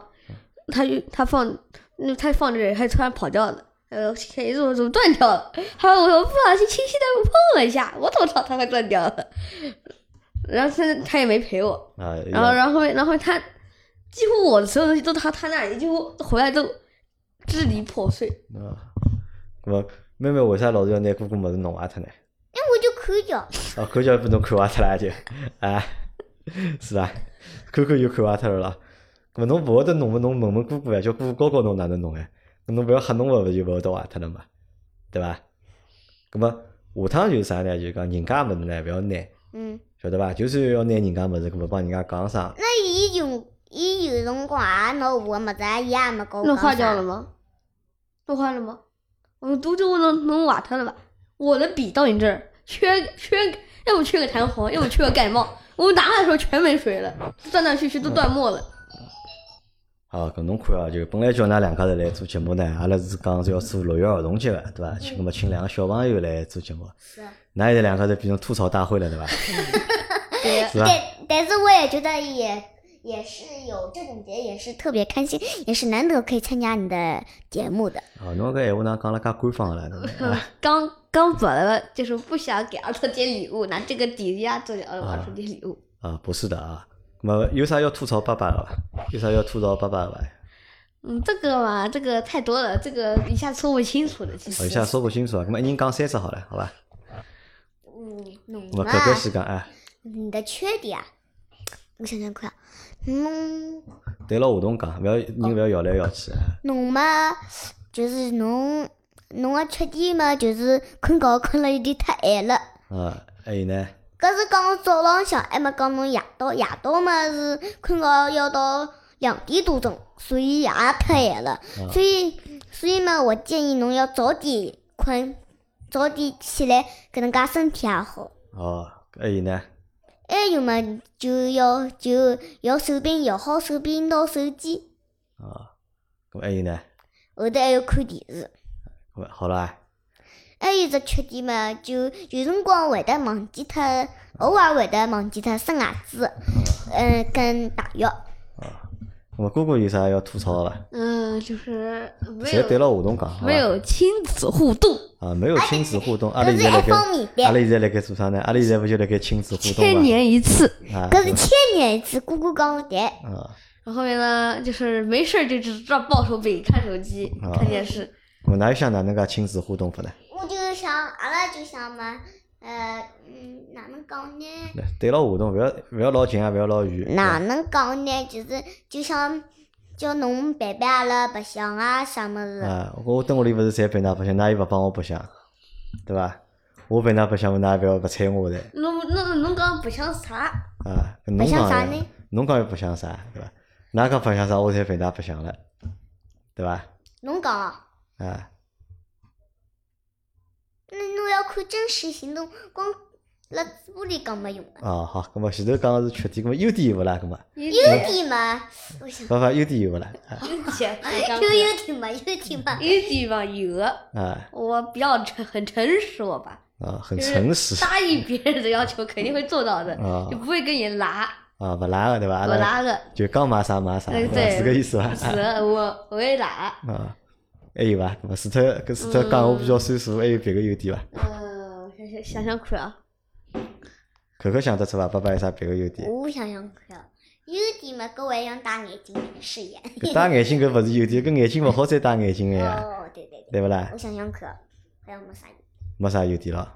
[SPEAKER 3] 他就他放，那他放这，他突然跑掉了，呃，可以怎么怎么断掉了？他说我不小心轻轻的碰了一下，我怎么知道它会断掉了？然后现在他也没赔我，
[SPEAKER 1] 啊，伊
[SPEAKER 3] 然后，
[SPEAKER 1] 拉
[SPEAKER 3] 然后后面，然后他几乎我的所有东西都到他他那里，几乎回来都支离破碎。
[SPEAKER 1] 啊，搿么妹妹为啥老是要拿哥哥物事弄坏脱呢？
[SPEAKER 2] 哎，我就看叫，
[SPEAKER 1] 哦，看叫被侬看坏脱了就，啊，是伐？看看就看坏脱了啦。搿么侬勿会得弄么？侬问问哥哥呀，叫哥哥教教侬哪能弄哎？搿侬勿要吓侬勿勿就勿会得坏脱了嘛，对伐？搿么下趟就是啥呢？就是讲人家物事呢，勿要拿，
[SPEAKER 2] 嗯，
[SPEAKER 1] 晓得伐？就算要拿人家物事，搿么帮人家讲声，
[SPEAKER 2] 那伊有伊有辰光也拿我么子，伊也没跟我讲
[SPEAKER 3] 弄坏掉
[SPEAKER 2] 啥
[SPEAKER 3] 了吗？弄坏了吗？我都就弄弄瓦特了吧？我的笔到你这儿，缺缺，要么缺个弹簧，要么缺个盖帽。我拿它的时候全没水了，断断续续都断末了。
[SPEAKER 1] 好，搿侬看啊，就本来叫㑚两家头来做节目呢，阿拉是讲是要做六一儿童节个，对伐？请搿么请两个小朋友来做节目，
[SPEAKER 2] 是。
[SPEAKER 1] 㑚现在两家头变成吐槽大会了，对伐？
[SPEAKER 3] 对，
[SPEAKER 1] 是伐？
[SPEAKER 2] 但但是我也觉得也也是有这种节，也是特别开心，也是难得可以参加你的节目的。
[SPEAKER 1] 哦，侬搿闲话哪讲了介官方了？啊
[SPEAKER 3] 刚刚本来就是不想给儿童节礼物，拿这个抵押做点儿童节礼物。
[SPEAKER 1] 啊，不是的啊。那么有啥要吐槽爸爸的伐？有啥要吐槽爸爸的伐？
[SPEAKER 3] 嗯，这个嘛，这个太多了，这个一下说不清楚的。其
[SPEAKER 1] 我
[SPEAKER 3] 实
[SPEAKER 1] 一下说不清楚啊。那么一人讲三只好了，好吧？
[SPEAKER 2] 嗯，
[SPEAKER 1] 那
[SPEAKER 2] 侬
[SPEAKER 1] 么
[SPEAKER 2] 嘛，
[SPEAKER 1] 搿个先讲哎。
[SPEAKER 2] 你的缺点啊，我想想看嗯啊，侬
[SPEAKER 1] 对牢话筒讲，勿要人勿要摇来摇去啊。
[SPEAKER 2] 侬嘛，就是侬侬的缺点嘛，就是困觉困了有点太晚了。
[SPEAKER 1] 啊，还有呢？
[SPEAKER 2] 搿是讲早浪向，还没讲侬夜到，夜到嘛是困觉要到两点多钟，所以也太晚了。所以，所以嘛，我建议侬要早点困，早点起来，搿能介身体也好。
[SPEAKER 1] 哦，还有呢？
[SPEAKER 2] 还有嘛，就要就要手边摇好手边拿手机，
[SPEAKER 1] 啊，咁还有呢？
[SPEAKER 2] 后头还要看电视。
[SPEAKER 1] 咁好啊啦，
[SPEAKER 2] 还有只缺点嘛，就有辰光会得忘记脱，偶尔会得忘记脱刷牙齿，嗯，跟洗浴。
[SPEAKER 1] 咁么哥哥有啥要吐槽的伐？
[SPEAKER 3] 嗯，就是没
[SPEAKER 1] 侪对
[SPEAKER 3] 有
[SPEAKER 1] 牢话筒讲，好吧
[SPEAKER 3] 没有亲子互动，
[SPEAKER 1] 啊，没有亲子互动，阿拉
[SPEAKER 2] 搿
[SPEAKER 1] 现在
[SPEAKER 2] 是
[SPEAKER 1] 辣
[SPEAKER 2] 一
[SPEAKER 1] 盖，
[SPEAKER 2] 方面
[SPEAKER 1] 阿拉
[SPEAKER 2] 的，
[SPEAKER 1] 现在辣盖做啥呢？阿拉现在勿就辣盖亲子互动
[SPEAKER 3] 千
[SPEAKER 1] 伐？
[SPEAKER 3] 年一次。
[SPEAKER 1] 啊，
[SPEAKER 2] 搿是千年一次，姑姑讲的对。
[SPEAKER 1] 啊，
[SPEAKER 3] 然后后面呢，就是没事儿就只知道抱手柄、看手机、
[SPEAKER 1] 啊
[SPEAKER 3] 看电视。
[SPEAKER 1] 我哪有想哪能介亲子互动法呢？
[SPEAKER 2] 我就想，阿拉就想嘛，呃，嗯，哪能讲呢？
[SPEAKER 1] 来对牢话筒，勿要勿要老近啊，勿要老远。
[SPEAKER 2] 哪能讲呢？就是就想叫侬陪陪阿拉白相啊，啥么子？
[SPEAKER 1] 啊，我蹲屋里勿是侪陪㑚白相，㑚又勿帮我白相，对伐？我陪㑚白相，㑚勿要勿睬我的
[SPEAKER 3] 侬侬侬刚刚不想啥？
[SPEAKER 1] 啊！侬
[SPEAKER 2] 白相
[SPEAKER 1] 讲
[SPEAKER 2] 啥
[SPEAKER 1] 呀
[SPEAKER 2] 呢
[SPEAKER 1] 侬讲又白相啥，对伐？㑚讲白相啥，我侪陪㑚白相了，对伐？
[SPEAKER 2] 侬讲啊，
[SPEAKER 1] 啊，
[SPEAKER 2] 那侬要看真实行动，光辣嘴巴里讲没用的。
[SPEAKER 1] 哦好，葛末前头讲个是缺点，葛末优点有勿啦？葛末，
[SPEAKER 3] 有
[SPEAKER 2] 优点嘛，我想
[SPEAKER 1] 爸爸优点有勿啦？啊
[SPEAKER 3] 点，
[SPEAKER 2] 哎有优点嘛，优点嘛
[SPEAKER 3] 有。点吧，有。
[SPEAKER 1] 啊
[SPEAKER 3] 我比较诚很诚实，我吧，
[SPEAKER 1] 啊，很
[SPEAKER 3] 就是
[SPEAKER 1] 诚实
[SPEAKER 3] 答应别人的要求肯定会做到的，
[SPEAKER 1] 啊
[SPEAKER 3] 就不会跟你拉，
[SPEAKER 1] 啊，勿拉个对伐？阿
[SPEAKER 3] 我
[SPEAKER 1] 拉
[SPEAKER 3] 拉个。
[SPEAKER 1] 就讲买啥买啥，
[SPEAKER 3] 哎
[SPEAKER 1] 对伐
[SPEAKER 3] 对
[SPEAKER 1] 是搿意思伐？
[SPEAKER 3] 是
[SPEAKER 1] 啊
[SPEAKER 3] 我我也懒，
[SPEAKER 1] 啊，还有伐？葛末除脱搿除脱讲我比较算数，还有别个优点伐？
[SPEAKER 3] 嗯，想想想想看啊，
[SPEAKER 1] 可可想得出伐？爸爸有啥别个优点？
[SPEAKER 2] 我想想看啊，优点嘛，搿我也想戴眼镜近视眼。
[SPEAKER 1] 搿戴眼镜搿勿是优点，搿眼镜勿好再戴眼镜个呀，
[SPEAKER 2] 哦，对对对，
[SPEAKER 1] 对勿啦
[SPEAKER 2] 我？想想看啊，还有没啥？
[SPEAKER 1] 没啥优点咯。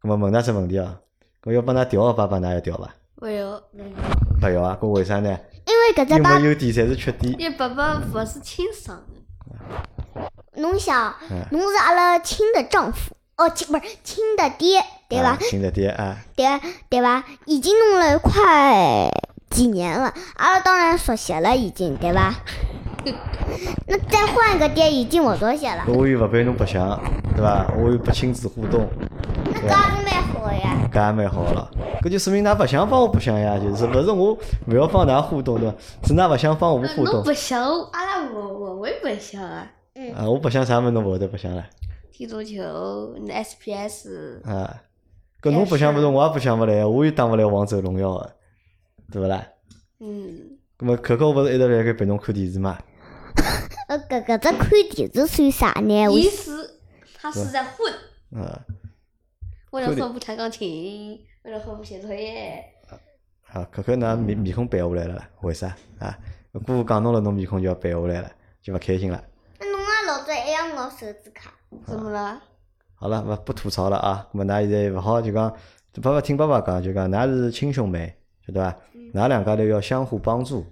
[SPEAKER 1] 葛末问㑚只问
[SPEAKER 3] 哎
[SPEAKER 1] 题哦，搿要帮㑚调个爸爸，㑚要调伐？
[SPEAKER 3] 我有
[SPEAKER 1] 勿要啊？搿为啥呢？
[SPEAKER 2] 因为为搿只
[SPEAKER 1] 有
[SPEAKER 2] 爸
[SPEAKER 1] 没优点侪是缺点，
[SPEAKER 3] 因为爸爸勿是亲生的，
[SPEAKER 2] 侬想
[SPEAKER 1] 嗯，
[SPEAKER 2] 侬是阿拉亲的丈夫，哦，亲不是亲的爹，对
[SPEAKER 1] 啊
[SPEAKER 2] 伐？
[SPEAKER 1] 新的点啊，
[SPEAKER 2] 对对伐？已经弄了快几年了，阿拉当然熟悉了，已经对伐？ 那再换一个爹，已经勿熟悉了，
[SPEAKER 1] 我又勿陪侬白相，对伐？我又不亲子互动，
[SPEAKER 2] 那搿也是蛮好的呀。
[SPEAKER 1] 搿也蛮好个了。搿就说明㑚白相帮我白相呀，就是勿是我勿要帮㑚互动对伐？是㑚白相帮我
[SPEAKER 3] 呃
[SPEAKER 1] 互
[SPEAKER 3] 侬
[SPEAKER 1] 动
[SPEAKER 3] 白相，阿拉我我会白相啊，
[SPEAKER 2] 嗯，
[SPEAKER 1] 啊！我白相啥物事侬勿会得白相唻
[SPEAKER 3] 踢足球、SPS，
[SPEAKER 1] 啊！搿侬白相勿是我也白相勿来，我又打勿来王者荣耀个，对勿啦？
[SPEAKER 3] 嗯，
[SPEAKER 1] 葛末可可勿是一直辣盖陪侬看电视嘛？
[SPEAKER 2] 呃，搿搿只看电视算啥呢？我
[SPEAKER 3] 意思他是在混，
[SPEAKER 1] 嗯。
[SPEAKER 3] 为
[SPEAKER 1] 混
[SPEAKER 3] 了
[SPEAKER 1] 的
[SPEAKER 3] 混不弹钢琴，为了混不写作业。
[SPEAKER 1] 啊，可可㑚面面孔摆下来了，为啥啊？姑父讲侬了，侬面孔就要摆下来了，就勿开心了。
[SPEAKER 2] 那侬也老早哎还要咬手指卡，
[SPEAKER 3] 怎么了？
[SPEAKER 1] 好了，勿不吐槽了啊。咁么㑚现在勿好就讲，爸爸听爸爸讲，就讲㑚是亲兄妹，晓得伐？
[SPEAKER 3] 嗯
[SPEAKER 1] 㑚两家头要相互帮助，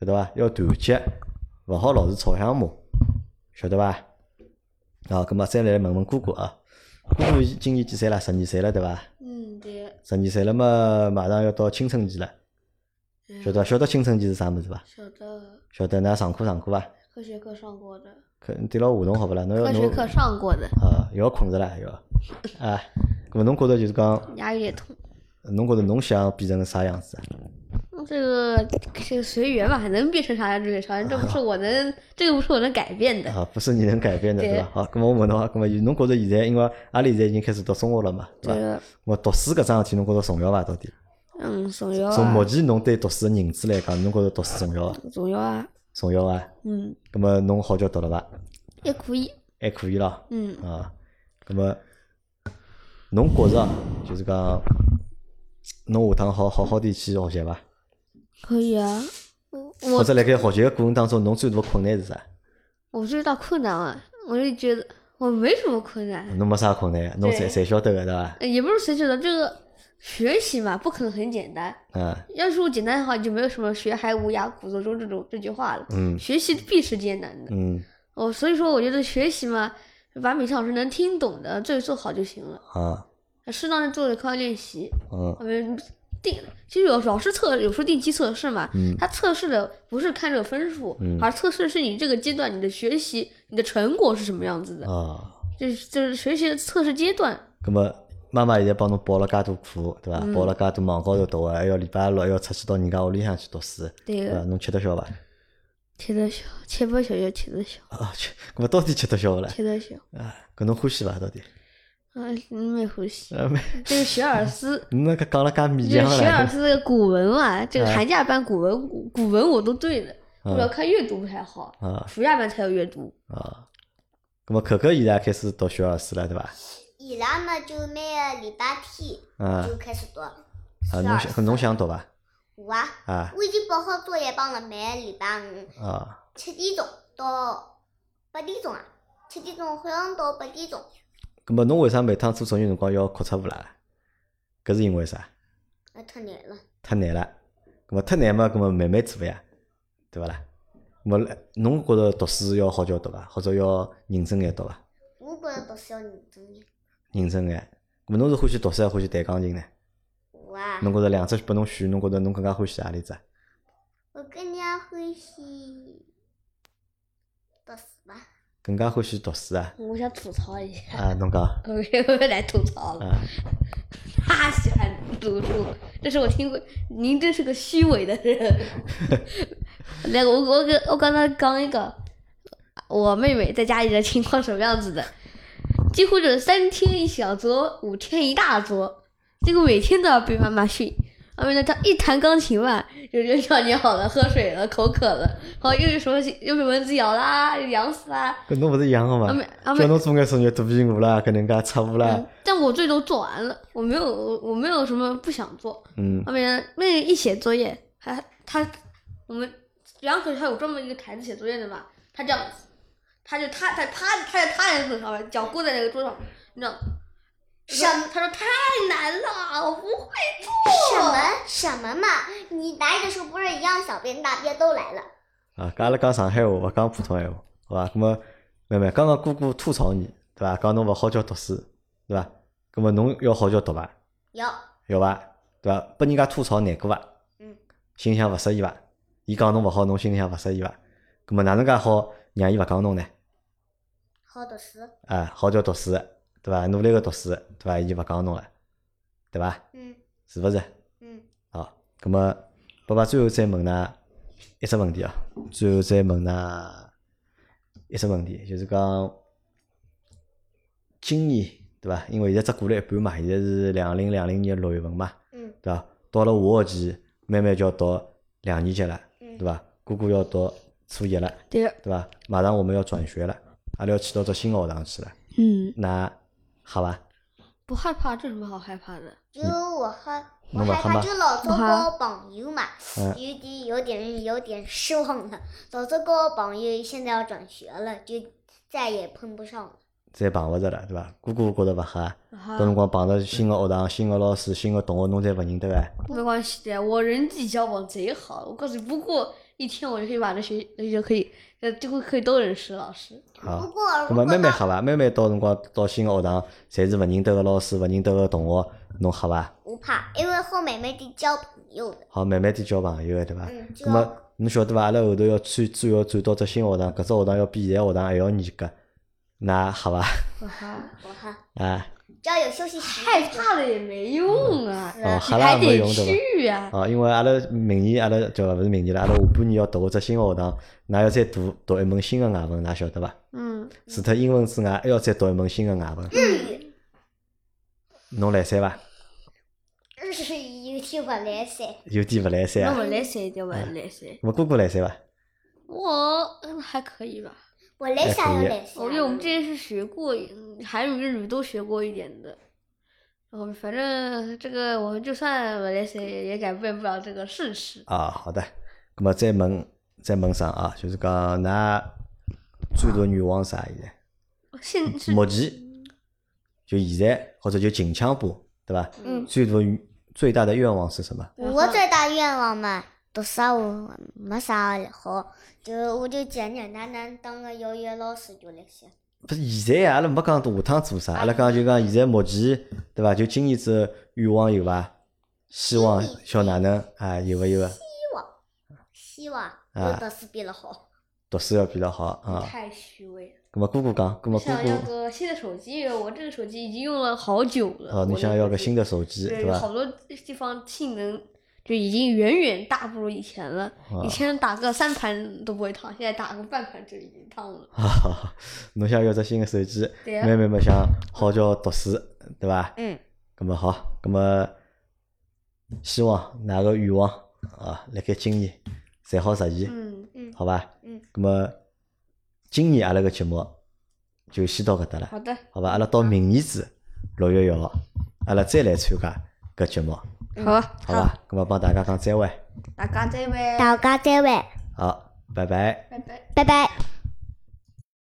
[SPEAKER 1] 晓得伐？要团结，勿好老是吵相骂，晓得伐？啊，咁么再来问问姑姑啊，姑姑今年几岁了？十二岁了，对伐？
[SPEAKER 3] 嗯，对，
[SPEAKER 1] 十二岁了嘛，马上要到青春期了，
[SPEAKER 3] 嗯
[SPEAKER 1] 晓得伐晓得青春期是啥物事伐？
[SPEAKER 3] 晓得，
[SPEAKER 1] 晓得㑚上课上过伐？
[SPEAKER 3] 科学课上过的，
[SPEAKER 1] 可对牢话筒好勿啦？侬要
[SPEAKER 3] 科
[SPEAKER 1] 侬
[SPEAKER 3] 学课上过的，
[SPEAKER 1] 啊，又要困着啦，又要啊。咁么侬觉着就是讲，
[SPEAKER 3] 牙有点痛。
[SPEAKER 1] 侬觉着侬想变成啥样子啊？
[SPEAKER 3] 嗯这个这个随缘吧，能变成啥样就变成啥样，这不是我能，这个不是我能改变的。
[SPEAKER 1] 啊，不是你能改变的，
[SPEAKER 3] 对
[SPEAKER 1] 对伐？好，咁么我问侬啊，咁么侬觉着现在，因为阿拉现在已经开始读中学了嘛，
[SPEAKER 3] 这
[SPEAKER 1] 对伐？
[SPEAKER 3] 个，
[SPEAKER 1] 我读书搿桩事体，侬觉着重要伐？到底？
[SPEAKER 3] 嗯，重要
[SPEAKER 1] 从目
[SPEAKER 3] 啊，
[SPEAKER 1] 前侬对读书的认知来讲，侬觉着读书重要伐？
[SPEAKER 3] 重要啊，
[SPEAKER 1] 重要啊。
[SPEAKER 3] 嗯，
[SPEAKER 1] 咁么侬好叫读了伐？
[SPEAKER 3] 也可以，
[SPEAKER 1] 还可以咯。
[SPEAKER 3] 嗯，
[SPEAKER 1] 啊，咁么侬觉着啊就是讲，侬下趟好好好地去学习伐？
[SPEAKER 3] 可以啊。我
[SPEAKER 1] 或
[SPEAKER 3] 我
[SPEAKER 1] 者辣盖学习个过程当中，侬最大的困难是啥？
[SPEAKER 3] 我最大困难啊，我就觉得我没什么困难，
[SPEAKER 1] 侬没啥困难，侬侪
[SPEAKER 3] 嗯对
[SPEAKER 1] 侪晓得个对伐？
[SPEAKER 3] 呃也不是谁觉得这个学习嘛，不可能很简单。
[SPEAKER 1] 嗯
[SPEAKER 3] 要是我简单的话，就没有什么“学海无涯苦作舟”这种这句话了。
[SPEAKER 1] 嗯
[SPEAKER 3] 学习必是艰难的。
[SPEAKER 1] 嗯
[SPEAKER 3] 哦，所以说我觉得学习嘛，把每项老师能听懂的作业做好就行了，
[SPEAKER 1] 啊
[SPEAKER 3] 适当的做课外练习。
[SPEAKER 1] 嗯
[SPEAKER 3] 我们定，其实有老师测有时候定期测试嘛，
[SPEAKER 1] 嗯
[SPEAKER 3] 他测试的不是看这个分数，
[SPEAKER 1] 嗯
[SPEAKER 3] 而测试的是你这个阶段你的学习你的成果是什么样子的，
[SPEAKER 1] 啊，
[SPEAKER 3] 就是就是学习的测试阶段。
[SPEAKER 1] 咁么妈妈现在帮侬报了介多课，对伐？报了介多网高头读个，啊还要礼拜六还要出去到人家屋里向去读书，
[SPEAKER 3] 对
[SPEAKER 1] 对伐？
[SPEAKER 3] 个，
[SPEAKER 1] 侬吃得消伐？
[SPEAKER 3] 吃得消，吃不消就吃得消，
[SPEAKER 1] 啊，吃，咁么到底吃得消勿啦？
[SPEAKER 3] 吃得消。
[SPEAKER 1] 啊，搿侬欢喜伐？到底？
[SPEAKER 3] 啊，没呼吸。
[SPEAKER 1] 呃，没，
[SPEAKER 3] 这个学而思
[SPEAKER 1] 侬搿讲了介勉
[SPEAKER 3] 这
[SPEAKER 1] 强
[SPEAKER 3] 个学而
[SPEAKER 1] 了，
[SPEAKER 3] 思的古文嘛，这个
[SPEAKER 1] 哎
[SPEAKER 3] 寒假班古文古古文我都对的，
[SPEAKER 1] 嗯
[SPEAKER 3] 我 要看阅读不太好，
[SPEAKER 1] 啊
[SPEAKER 3] 暑假班才有阅读。
[SPEAKER 1] 啊。咁么可可现在开始读小学书了，对伐？
[SPEAKER 2] 伊拉嘛就每个礼拜天
[SPEAKER 1] 啊
[SPEAKER 2] 就开始读。
[SPEAKER 1] 啊，
[SPEAKER 2] 十
[SPEAKER 1] 侬
[SPEAKER 2] 二
[SPEAKER 1] 想侬想读伐？
[SPEAKER 2] 我啊，
[SPEAKER 1] 啊
[SPEAKER 2] 我已经报好作业帮了，每个礼拜五
[SPEAKER 1] 啊
[SPEAKER 2] 七点钟到八点钟啊，七点钟好像到八点钟，
[SPEAKER 1] 咁么侬为啥每趟做作业辰光要哭出乌啦？搿是因为啥？
[SPEAKER 2] 那太难了。
[SPEAKER 1] 太难了。咁么太难嘛，咁么慢慢做呀，对伐啦？咁么侬觉着读书要好叫读伐？或者要认真眼读伐？
[SPEAKER 2] 我觉着读书要认真眼，
[SPEAKER 1] 认真眼。咁么侬是欢喜读书还是欢喜弹钢琴呢？
[SPEAKER 2] 我啊，
[SPEAKER 1] 侬觉着两只拨侬选，侬觉着侬更加欢喜何里只？啊
[SPEAKER 2] 我啊更加欢喜读书吧。
[SPEAKER 1] 更加欢喜读书啊？
[SPEAKER 3] 我想吐槽一下，
[SPEAKER 1] 啊，侬讲
[SPEAKER 3] 我 又来吐槽了。
[SPEAKER 1] 啊
[SPEAKER 3] 他喜欢读书，这是我听过。您真是个虚伪的人。那个，我我跟我刚刚刚一个，我妹妹在家里的情况什么样子的？几乎就是三天一小桌，五天一大桌，结果每天都要被妈妈训。妈妈呢，她一弹钢琴吧，就就叫你好了，喝水了，口渴了，好又有什么又被蚊子咬啦，又痒死啦。
[SPEAKER 1] 搿侬勿是一样个
[SPEAKER 3] 阿妹
[SPEAKER 1] 嘛？
[SPEAKER 3] 阿妹
[SPEAKER 1] 叫侬做眼作业肚皮饿啦，搿能介擦污啦
[SPEAKER 3] 嗯，但我最终做完了，我没有我我没有什么不想做。
[SPEAKER 1] 嗯
[SPEAKER 3] 后面那个一写作业，还他我们杨可他有专门一个台子写作业的嘛，他这样子，他就他他趴他在他人桌上面，脚勾在那个桌上，你知道，什他说太难了，我不会做。
[SPEAKER 2] 什么什么嘛？你来的时候不是一样，小便大便都来了。
[SPEAKER 1] 啊，搿阿拉讲上海话，勿讲普通闲话，好伐？咁么，妹妹，刚刚姑姑吐槽你，对伐？讲侬勿好叫读书，对伐？咁么侬要好叫读伐？
[SPEAKER 2] 有，
[SPEAKER 1] 要伐？对伐？拨人家吐槽难过伐？
[SPEAKER 2] 嗯。
[SPEAKER 1] 心里向勿适意伐？伊讲侬勿好，侬心里向勿适意伐？咁么哪能介好让伊勿讲侬呢？
[SPEAKER 2] 好读书。
[SPEAKER 1] 啊，好叫读书，对伐？努力个读书，对伐？伊就勿讲侬了，对伐？
[SPEAKER 2] 嗯
[SPEAKER 1] 是勿是？
[SPEAKER 2] 嗯，
[SPEAKER 1] 啊，咁么，爸爸最后再问㑚一只问题啊，最后再问㑚一只问题，就是讲今年对伐？因为现在只过了一半嘛，现在是两零两零年六月份嘛，
[SPEAKER 2] 嗯
[SPEAKER 1] 对伐？到了下学期，慢慢就要到两年级了，
[SPEAKER 2] 嗯
[SPEAKER 1] 对伐？姑姑要到初一了，
[SPEAKER 3] 对，
[SPEAKER 1] 对伐？马上我们要转学了，阿拉要去到只新个学堂去了，
[SPEAKER 3] 嗯，
[SPEAKER 1] 那好伐？
[SPEAKER 3] 不害怕，这有什么好害怕的？
[SPEAKER 2] 就
[SPEAKER 1] 嗯
[SPEAKER 2] 我害，我
[SPEAKER 1] 侬勿
[SPEAKER 2] 害
[SPEAKER 1] 害怕
[SPEAKER 2] 怕就老早
[SPEAKER 3] 我
[SPEAKER 2] 交朋友嘛， 有
[SPEAKER 1] 嗯
[SPEAKER 2] 点有点有点失望了。老早交朋友，现在要转学了，就再也碰不上了。
[SPEAKER 1] 再碰勿着了，对伐？姑姑觉着勿吓。
[SPEAKER 3] 啊
[SPEAKER 1] 到，辰光碰着新个学堂、新个老师、新个同学，侬侪勿认得啊唻。
[SPEAKER 3] 没关系的，我人际交往贼好，我告诉你，不过一天我就可以把这学就可以呃就会可以都认识老师。
[SPEAKER 1] 啊
[SPEAKER 2] 不，过
[SPEAKER 1] 咁么
[SPEAKER 2] 如果
[SPEAKER 1] 慢慢
[SPEAKER 2] 到
[SPEAKER 1] 吓伐？慢慢到辰光到新个学堂，侪是勿认得个老师、勿认得个同学，侬吓伐？
[SPEAKER 2] 不怕，因为后面没得交朋友的。
[SPEAKER 1] 好，慢慢点交朋友个对伐？
[SPEAKER 2] 嗯，就
[SPEAKER 1] 咁啊么
[SPEAKER 2] 要
[SPEAKER 1] 侬晓得伐？阿拉后头要最最后转到只新学堂，搿只学堂要比现在学堂还要严格，㑚吓伐？
[SPEAKER 3] 啊，
[SPEAKER 2] 我哈，
[SPEAKER 1] 啊，
[SPEAKER 2] 只要有休息时
[SPEAKER 3] 害怕了也没用啊，
[SPEAKER 1] 哦
[SPEAKER 3] 你
[SPEAKER 1] 害怕
[SPEAKER 3] 还
[SPEAKER 1] 没
[SPEAKER 3] 得
[SPEAKER 1] 用对吧
[SPEAKER 3] 去啊。
[SPEAKER 1] 哦，因为阿拉明年阿拉就勿是明年了，阿拉下半年要读个只新个学堂，㑚要再读读一门新个外文，㑚晓得伐？
[SPEAKER 3] 嗯，
[SPEAKER 1] 除脱英文之外，还要再读一门新个外文，
[SPEAKER 2] 日语，
[SPEAKER 1] 侬来三伐？
[SPEAKER 2] 日语有点不来塞。
[SPEAKER 1] 有点勿来三
[SPEAKER 3] 那
[SPEAKER 1] 啊
[SPEAKER 3] 我。来谁就我来谁，
[SPEAKER 1] 我哥哥来塞伐？
[SPEAKER 3] 我嗯还可以吧。
[SPEAKER 2] 我来想
[SPEAKER 1] 啊
[SPEAKER 2] 要来塞。
[SPEAKER 3] 我因为我们之前是学过嗯韩语、日语都学过一点的，然后反正这个我们就算我来谁也改变不了这个事实。
[SPEAKER 1] 啊，好的。咁么再问再问上啊，就是讲㑚最大愿望啥？现在
[SPEAKER 3] 现是
[SPEAKER 1] 目前就现在或者就近腔部对伐？
[SPEAKER 2] 嗯
[SPEAKER 1] 最大最大的愿望是什么？
[SPEAKER 2] 我最大愿望嘛，读啥我没啥好，就我就简简单单当个幼儿园老师就那些。
[SPEAKER 1] 不是现在啊阿拉没讲到下趟做啥，阿拉讲就讲现在目前对伐？就今年子愿望有伐？希望小哪能啊有勿有啊？
[SPEAKER 2] 希望
[SPEAKER 1] 啊
[SPEAKER 2] 我读书变得好。
[SPEAKER 1] 读书要比较好啊。
[SPEAKER 3] 嗯太虚伪了。
[SPEAKER 1] 咁么姑姑讲，咁么姑
[SPEAKER 3] 想要
[SPEAKER 1] 姑
[SPEAKER 3] 个新的手机，我这个手机已经用了好久了。
[SPEAKER 1] 哦，你想要个新
[SPEAKER 3] 的
[SPEAKER 1] 的手机
[SPEAKER 3] 对，
[SPEAKER 1] 对
[SPEAKER 3] 有
[SPEAKER 1] 伐？
[SPEAKER 3] 好多地方性能就已经远远大不如以前了。
[SPEAKER 1] 啊
[SPEAKER 3] 以前打个三盘都不会烫，现在打个半盘就已经烫了。
[SPEAKER 1] 啊，侬想要只新个手机，
[SPEAKER 3] 对啊呀
[SPEAKER 1] 妹妹们想好叫读书，对伐？
[SPEAKER 2] 嗯，
[SPEAKER 1] 咁么好，咁么希望哪个愿望啊，辣盖今年侪好实现，
[SPEAKER 3] 嗯，
[SPEAKER 1] 好伐？
[SPEAKER 2] 嗯，
[SPEAKER 1] 咁么今年阿拉个节目就先到搿搭了
[SPEAKER 3] 好，的，
[SPEAKER 1] 好伐？阿拉到明年子六月一号，阿拉再来参加搿节目，好
[SPEAKER 3] 好啊，
[SPEAKER 1] 伐？咁么帮大家讲再会，
[SPEAKER 3] 大家再会，
[SPEAKER 2] 大家再会，
[SPEAKER 1] 好，拜拜。
[SPEAKER 3] 拜拜。
[SPEAKER 2] 拜拜。